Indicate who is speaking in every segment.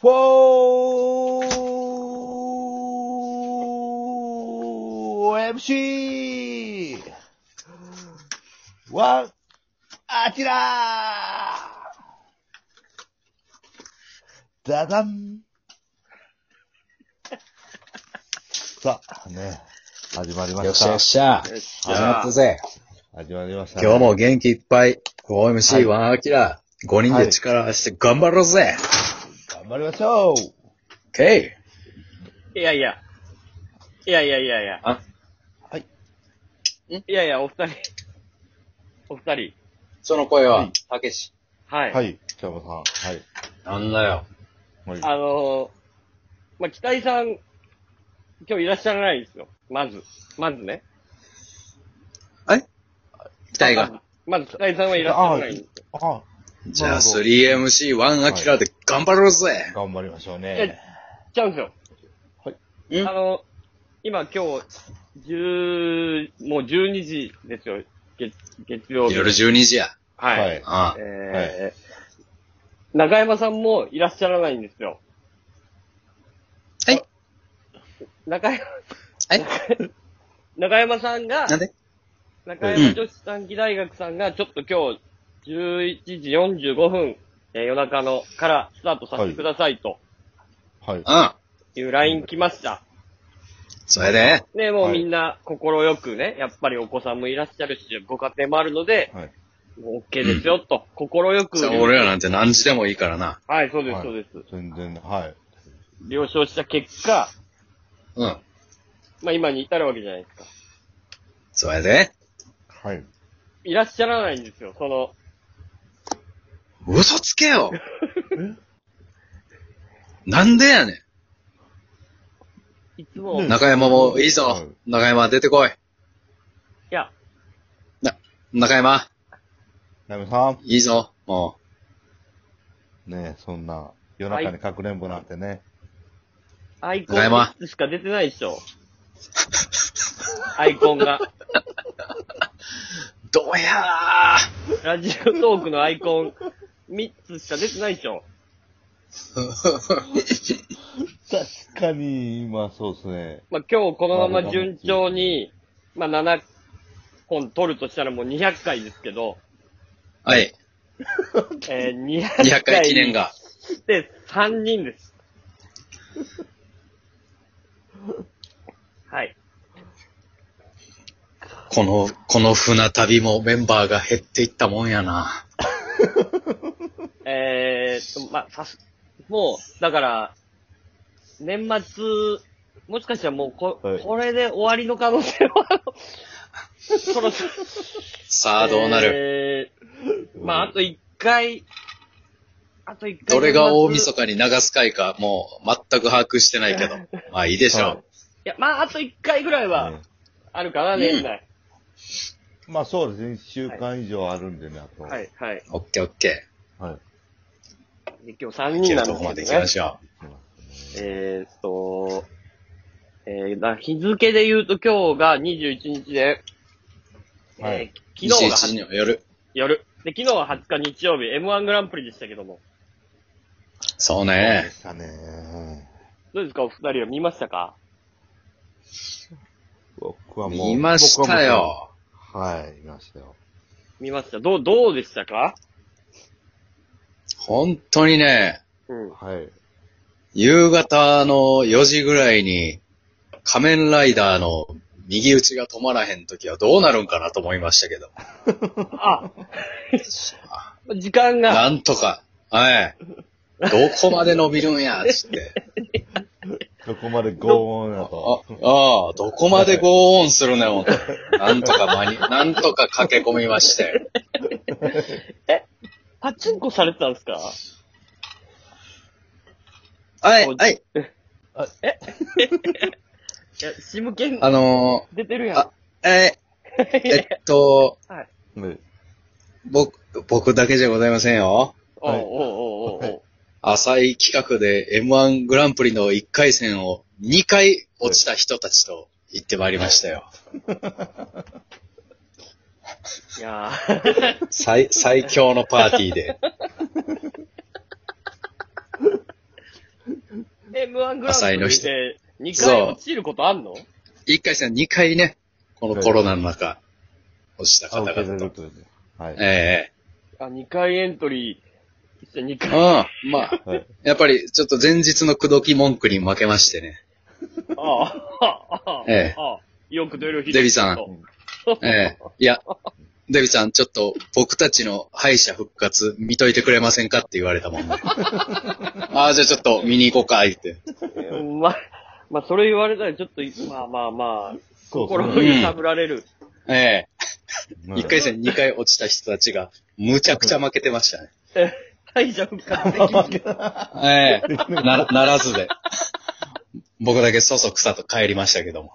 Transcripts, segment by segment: Speaker 1: フォー !MC! ワン、あちらダダンさあ、ね、始まりま
Speaker 2: よっしゃよっ
Speaker 1: した。
Speaker 2: しゃ。
Speaker 3: よっし
Speaker 2: 始ま
Speaker 3: ゃ
Speaker 2: ったぜ。
Speaker 1: 始まりましたね、
Speaker 2: 今日も元気いっぱい。
Speaker 1: はい
Speaker 2: OMC、ワンアキラ。5人で力を合わせて頑張ろうぜ。
Speaker 1: 頑張りましょう
Speaker 2: OK!
Speaker 3: いやいや。いやいやいやいや。
Speaker 2: あ
Speaker 1: はい。
Speaker 3: んいやいや、お二人。お二人。
Speaker 2: その声
Speaker 1: は
Speaker 2: は、たけし。
Speaker 3: はい。
Speaker 1: はい、北山さん。はい。
Speaker 2: なんだよ。
Speaker 1: はい
Speaker 3: あのー、まあ、北井さん、今日いらっしゃらないですよ。まず。まずね。
Speaker 2: 期待
Speaker 3: ま
Speaker 2: が
Speaker 3: ず。、まず北井さんはいらっしゃらないんですよ。
Speaker 1: あ、
Speaker 2: じゃあ、
Speaker 1: なるほど
Speaker 2: 3MC、ワンアキラで頑張ろうぜ。
Speaker 1: 頑張りましょう
Speaker 3: いや
Speaker 1: ね。
Speaker 3: ちゃうんですよ。
Speaker 2: ん
Speaker 3: あの、今今日、十、もう12時ですよ。月、月曜日。
Speaker 2: 夜12時や。
Speaker 3: はい。
Speaker 1: はい
Speaker 2: あ
Speaker 3: えー中山さんもいらっしゃらないんですよ。
Speaker 2: はい。
Speaker 3: 中山、
Speaker 2: あ。はい
Speaker 3: 中山さんが
Speaker 2: な、んで
Speaker 3: 中山女子短期大学さんが、ちょっと今日、11時45分、えー夜中のからスタートさせてくださいと
Speaker 1: はい。
Speaker 2: うん。
Speaker 3: いう LINE 来ました。
Speaker 2: それで
Speaker 3: ね、もう
Speaker 1: はい
Speaker 3: みんな心よくね、やっぱりお子さんもいらっしゃるし、ご家庭もあるので、
Speaker 1: はい。
Speaker 3: もう OK ですよと、心よく。
Speaker 2: じゃあ俺らなんて何時でもいいからな。
Speaker 3: はい、そうで
Speaker 1: は
Speaker 3: す、
Speaker 1: い
Speaker 3: そうです。
Speaker 1: 全然、はい。
Speaker 3: 了承した結果、
Speaker 2: うん。
Speaker 3: まあ今に至るわけじゃないですか。
Speaker 2: それで
Speaker 1: はい。
Speaker 3: いらっしゃらないんですよ、その、
Speaker 2: 嘘つけ よなんでやねん。
Speaker 3: いつも、
Speaker 1: う
Speaker 3: い
Speaker 1: ん
Speaker 2: 中山もいい
Speaker 1: はい
Speaker 2: ぞ。中山出てこい。
Speaker 3: や、
Speaker 2: 中山、
Speaker 1: ナミさん、
Speaker 2: いいぞ。も
Speaker 1: ねえ、そんな、夜中にかくれんぼなんてね。
Speaker 3: アイコン
Speaker 2: 中山
Speaker 3: しか出てないでしょ。アイコンが。
Speaker 2: う、どうや
Speaker 3: ラジオトークのアイコン、3つしか出てないでしょ。
Speaker 2: ー
Speaker 1: 確かに、まあそうですね。
Speaker 3: まあ今日このまま順調に、まあ7本取るとしたらもう200回ですけど、
Speaker 2: はい。
Speaker 3: えー、200
Speaker 2: 200
Speaker 3: 回
Speaker 2: 回記念が。
Speaker 3: で3人です。 はい。
Speaker 2: この、この船旅もメンバーが減っていったもんやな。
Speaker 3: えーと、まあ、さす、もう、だから、年末、もしかしたらもうこ、
Speaker 1: はい
Speaker 3: これで終わりの可能性は、あのその、
Speaker 2: さあ、どうなる、
Speaker 3: る、えー、まあ、あと一回、あと一回。
Speaker 2: どれが大晦
Speaker 3: 日い
Speaker 2: 日に流す回か、もう、全く把握してないけど。まあ、いいでしょう。
Speaker 1: はい
Speaker 3: や、まあ、あと一回ぐらい
Speaker 1: ね
Speaker 3: は、あるかな、年内。
Speaker 1: まあそうですね、1週間以上あるんでね、あと。
Speaker 3: はい、はい。
Speaker 2: オッケーオッケ
Speaker 1: はい。
Speaker 3: で今日3
Speaker 2: ー。いけ
Speaker 3: 人
Speaker 2: る
Speaker 3: なん
Speaker 2: と
Speaker 3: です
Speaker 2: こまで
Speaker 3: け
Speaker 2: 行き
Speaker 3: どね
Speaker 2: ま。しょ
Speaker 3: えーっと、えー、だ日付で言うと今日が21日で、
Speaker 1: は
Speaker 3: え
Speaker 1: い
Speaker 2: う。
Speaker 3: ー昨日が
Speaker 2: 21時の夜。
Speaker 3: 夜。で、昨日は20日日曜日、M1 グランプリでしたけども。
Speaker 1: そ
Speaker 2: そう
Speaker 1: う
Speaker 2: ね
Speaker 1: で。したね。
Speaker 3: どうですかお二人は見ましたか
Speaker 1: 僕はもう。
Speaker 2: 見ました
Speaker 1: 僕はも
Speaker 2: よ。
Speaker 1: う。はい、見ましたよ。
Speaker 3: 見ました。どう、どうでしたか
Speaker 2: 本当にね。
Speaker 3: うん。
Speaker 1: はい。
Speaker 2: 夕方の4時ぐらいに、仮面ライダーの右打ちが止まらへん時はどうなるんかなと思いましたけど。
Speaker 3: あ時間が、
Speaker 2: なんとか、はい。どこまで伸びるんや、つって。
Speaker 1: どこまでゴーンや
Speaker 2: あ
Speaker 1: と。、
Speaker 2: ああ、どこまでゴーオンするのよ、となんとか間に、なんとか駆け込みまして。
Speaker 3: パチンコされてたんですか
Speaker 2: はい、
Speaker 3: お
Speaker 2: はい。
Speaker 3: いや、シムケン
Speaker 2: あの
Speaker 3: 出てるやん。
Speaker 2: あー、えー、えっと、
Speaker 1: ね
Speaker 2: 僕、僕だけじゃございませんよ。
Speaker 3: おう
Speaker 1: はい
Speaker 3: おうおうおうおう。
Speaker 2: 浅い企画で M1 グランプリの1回戦を2回落ちた人たちと行ってまいりましたよ。
Speaker 3: いやー
Speaker 2: 最、最強のパーティーで。
Speaker 3: M1 グランプリで2回落ちることあんの
Speaker 2: 一回戦、二回ね、このコロナの中、落ちた
Speaker 1: あ、
Speaker 2: 方
Speaker 1: 受け
Speaker 2: 々
Speaker 1: れる
Speaker 2: と。
Speaker 1: というね。はい。
Speaker 2: え
Speaker 3: あ、2回エントリーして2
Speaker 2: え
Speaker 3: 回。あ
Speaker 2: うん。まあ、
Speaker 1: はい、
Speaker 2: やっぱりちょっと前日の口説き文句に負けましてね。
Speaker 3: あ、ああ、あ
Speaker 2: ええ
Speaker 3: あ、よく出る日
Speaker 2: デビさん
Speaker 3: そう
Speaker 2: ええいや、デビさん、ちょっと僕たちの敗者復活見といてくれませんかって言われたもんね。ああ、じゃあちょっと見に行こうか、言って。
Speaker 3: まあ、まあ、それ言われたらちょっと、まあまあまあ、
Speaker 1: そう
Speaker 3: 心
Speaker 1: そう
Speaker 3: を揺さぶられる。
Speaker 2: ええ
Speaker 1: うん
Speaker 2: 一回戦、二回落ちた人たちが、むちゃくちゃ負けてましたね。
Speaker 3: え、敗者復活できる。
Speaker 2: ええな、ならずで。僕だけそそくさと帰りましたけども。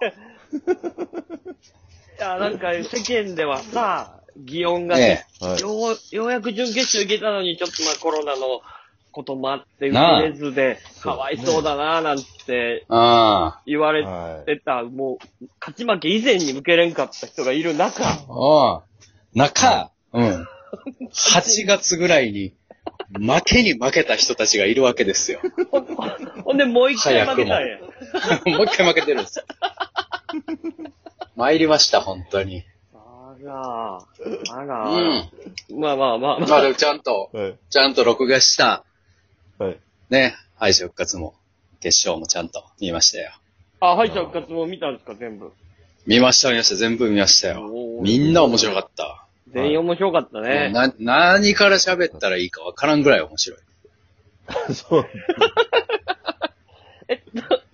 Speaker 3: いや、なんか世間ではさ、擬音が、
Speaker 2: え
Speaker 1: はい
Speaker 3: よう、ようやく準決勝行けたのに、ちょっとまあコロナのこともあって、
Speaker 2: なあ
Speaker 3: 売れずで、かわいそうだなぁなんて
Speaker 2: あ
Speaker 3: 言われ
Speaker 1: はい。
Speaker 3: てた、もう、勝ち負け以前に向けれんかった人がいる中、
Speaker 2: あ、ああ、中、うん。8月ぐらいに、負けに負けた人たちがいるわけですよ。
Speaker 3: ほんほんでもう一回負けたんや。
Speaker 2: もう一回負けてるんですよ。参りました、本当に。
Speaker 3: あら、あ
Speaker 2: う
Speaker 3: ら、
Speaker 2: ん。
Speaker 3: まあまあまあま
Speaker 2: ま
Speaker 3: あ、
Speaker 2: あでもちゃんと、
Speaker 1: はい。
Speaker 2: ちゃんと録画した、
Speaker 1: はい。
Speaker 2: ね、敗者復活も、決勝もちゃんと見ましたよ。
Speaker 3: あ、敗者復活も見たんですか、全部。
Speaker 2: 見ました、見ました、全部見ましたよ。
Speaker 3: おー
Speaker 2: みんな面白かった。
Speaker 3: 全員面白かったね。
Speaker 2: な、何から喋ったらいいかわからんぐらい面白い。
Speaker 1: そう。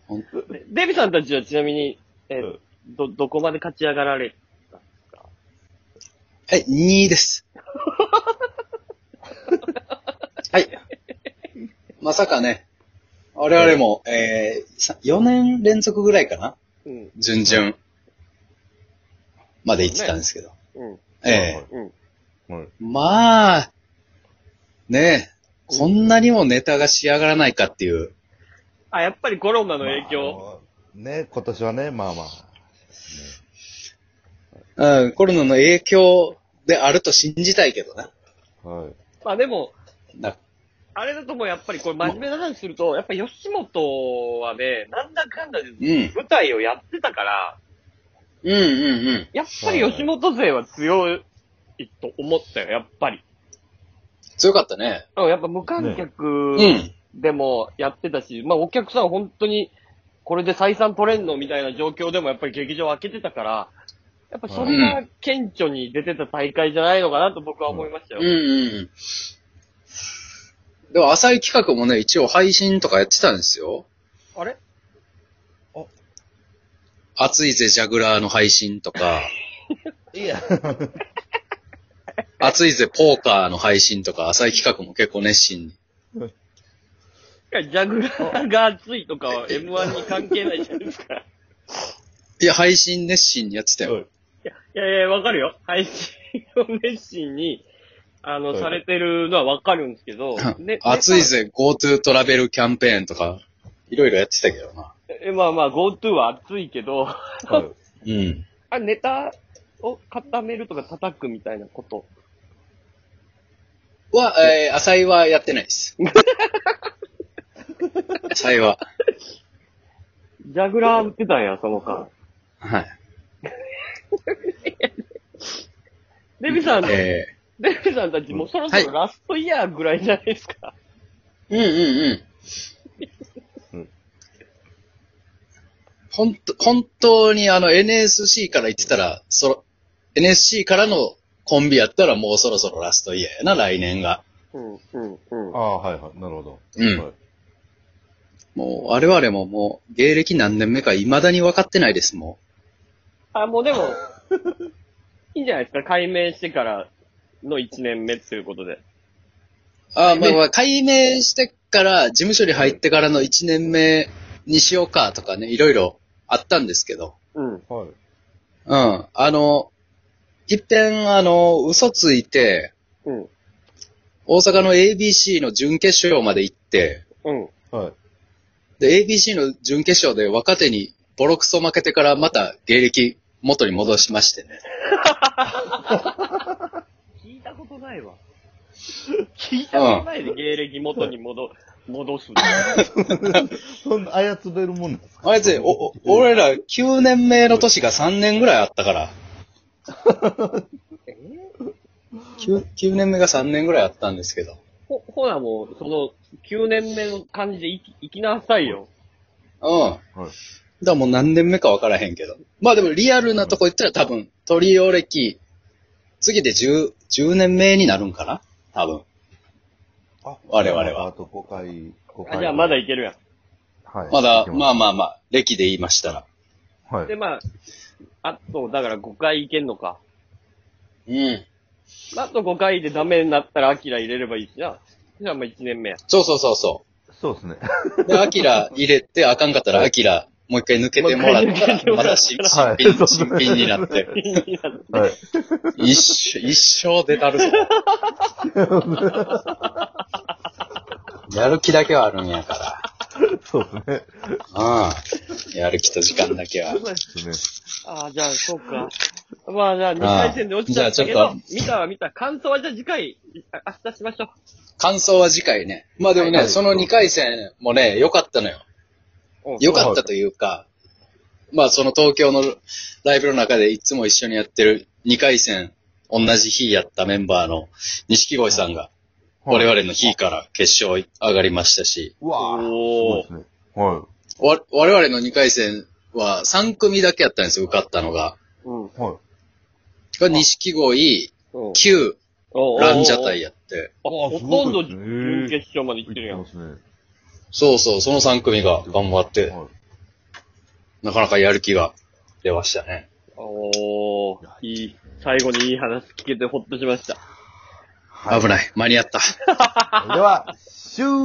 Speaker 2: ほん
Speaker 3: でデビさんたちはちなみに、え
Speaker 1: うん
Speaker 3: ど、どこまで勝ち上がられ
Speaker 2: はい、2です。はい。まさかね、我々も、えーさ、4年連続ぐらいかな
Speaker 3: うん、
Speaker 2: 準々まで行ってたんですけど。
Speaker 3: うん、
Speaker 2: ええ
Speaker 3: うん。
Speaker 1: はい。
Speaker 2: まあ、ねえ、こんなにもネタが仕上がらないかっていう。
Speaker 3: あ、やっぱりコロナの影響。
Speaker 1: まあね、今年はね、まあまあ。
Speaker 2: うん、コロナの影響であると信じたいけどな。
Speaker 1: はい。
Speaker 3: まあでも、
Speaker 2: な
Speaker 3: あれだともうやっぱりこれ真面目な話すると、やっぱ吉本はね、なんだかんだで
Speaker 2: うん。
Speaker 3: 舞台をやってたから、
Speaker 2: うんうんうん。
Speaker 3: やっぱり吉本勢は強いと思ったよ、やっぱり。
Speaker 2: 強かったね。
Speaker 3: うん、やっぱ無観
Speaker 2: う
Speaker 3: 客
Speaker 2: ん。
Speaker 3: でもやってたし、まあお客さん本当にこれで採算取れんのみたいな状況でもやっぱり劇場開けてたから、やっぱそれが顕著に出てた大会じゃないのかなと僕は思いましたよ。
Speaker 2: うんうんうん。でも、浅い企画もね、一応配信とかやってたんですよ。
Speaker 3: あれ
Speaker 2: 熱いぜ、ジャグラーの配信とか、
Speaker 1: いや。
Speaker 2: 熱いぜ、ポーカーの配信とか、浅い企画も結構熱心に。
Speaker 3: ジャグラーが熱いとかは M1 に関係ないじゃないですか。い
Speaker 2: いや、配信熱心にやってたよ。
Speaker 3: やいや、わかるよ。配信を熱心に、あの、
Speaker 1: はい
Speaker 3: されてるのはわかるんですけど、ね
Speaker 2: 熱い。ぜ、GoTo トラベルキャンペーンとか、いろいろやってたけどな。
Speaker 3: えまあまあ、GoTo は熱いけど、
Speaker 1: はい。
Speaker 2: うん。
Speaker 3: あネタを固めるとか叩くみたいなこと。
Speaker 2: は、えー、浅井はやってない です。浅井は。
Speaker 3: ジャグラー売ってたんや、その間。
Speaker 2: はい。
Speaker 3: デビさん、デ
Speaker 2: え
Speaker 3: ビさんたちもうそろそろラストイヤーぐらいじゃないですか。
Speaker 2: ー、うんうんう
Speaker 1: うん
Speaker 2: ん。本当、本当にあの NSC から言ってたら、そろ、NSC からのコンビやったらもうそろそろラストイヤーやな、来年が。
Speaker 3: うん、うん、うん
Speaker 1: あ。あ、はいはい。なるほど。
Speaker 2: うん
Speaker 1: はい
Speaker 2: もう我々ももう芸歴何年目か未だに分かってないです、も
Speaker 3: あ、もう でも、いいんじゃないですか。解明してからの1年目ということで。
Speaker 2: う。あーまあまあ、改名してから、事務所に入ってからの1年目にしようかとかね、いろいろあったんですけど。
Speaker 3: うん。
Speaker 1: はい。
Speaker 2: うん。あの、いっぺん、あの、嘘ついて、
Speaker 3: うん。
Speaker 2: 大阪の ABC の準決勝まで行って、
Speaker 3: うん。
Speaker 1: はい。
Speaker 2: で、ABC の準決勝で若手にボロクソ負けてからまた芸歴元に戻しましてね。
Speaker 3: 聞いたことないわ。聞いたことないで、芸歴元に戻、 戻すって。
Speaker 1: そんな操れるもんなんですか
Speaker 2: あいつ、お、お俺ら9年目の年が3年ぐらいあった から。9, 9年目が3年ぐらいあったんですけど。
Speaker 3: ほ、ほらもう、その、9年目の感じで生き、生きなさいよ。
Speaker 2: うん。
Speaker 1: はい。
Speaker 2: だからもう何年目か分からへんけど。まあでもリアルなとこ言ったら多分、トリオ歴、次で10、10年目になるんかな多分。
Speaker 1: あ
Speaker 2: 我々は
Speaker 1: あと5回、5
Speaker 3: あ
Speaker 1: 回。
Speaker 3: じゃあまだいけるやん。
Speaker 1: はい。
Speaker 2: まだ、まあ
Speaker 1: あ。
Speaker 2: まあまあ、歴で言いましたら。
Speaker 1: はい
Speaker 3: で、。まあ、あと、だから5回いけんのか。
Speaker 2: うん。
Speaker 3: あと5回でダメになったら、アキラ入れればいいしな。じゃあまあ1年目や。
Speaker 2: そうそうそうそ
Speaker 1: そうですね。
Speaker 2: う。で、アキラ入れて、あかんかったらアキラ、もう一回抜けてもらったら、まだ新新
Speaker 1: は
Speaker 2: 品、
Speaker 1: い
Speaker 2: 新品になって。
Speaker 1: はい。
Speaker 2: 一生、一生出たるぞ。 やる気だけはあるんやから。
Speaker 1: そうですね。
Speaker 2: ああ。やる気と時間だけは。
Speaker 1: そうです
Speaker 3: ああ、じゃあ、そうか。まあ、じゃあ、2回戦で落ちちゃったけ
Speaker 2: ああ
Speaker 3: ど
Speaker 2: じゃあ、
Speaker 3: 見たは見た。感想はじゃあ次回、あ明日しましょう。
Speaker 2: 感想は次回ね。まあでもね、
Speaker 1: はい
Speaker 2: その2回戦もね、良かったのよ。
Speaker 3: うん
Speaker 2: 良かったというか、まあその東京のライブの中でいつも一緒にやってる2回戦、同じ日やったメンバーの錦鯉さんが、
Speaker 1: はい
Speaker 2: 我々の日から決勝上がりましたし、
Speaker 1: うわぁ。
Speaker 3: おー
Speaker 1: そうですね。は
Speaker 2: わ我々の2回戦は3組だけやったんですよ、受かったのが。
Speaker 3: うん。
Speaker 1: い。はい。
Speaker 2: これ錦鯉、
Speaker 3: うん。
Speaker 2: Q、
Speaker 3: おー
Speaker 2: ランジャタイやって。
Speaker 3: あ
Speaker 1: おー
Speaker 3: ほ
Speaker 1: すごい
Speaker 3: とんど
Speaker 1: ですね
Speaker 3: 準決勝まで行ってるや
Speaker 1: い
Speaker 3: ん
Speaker 1: っ。てますね。
Speaker 2: そうそう、その3組が頑張って、
Speaker 1: はい
Speaker 2: なかなかやる気が出ましたね。
Speaker 3: おー、いい、最後にいい話聞けてほっとしました。
Speaker 1: はい。
Speaker 2: 危ない、間に合った。
Speaker 1: それでは、終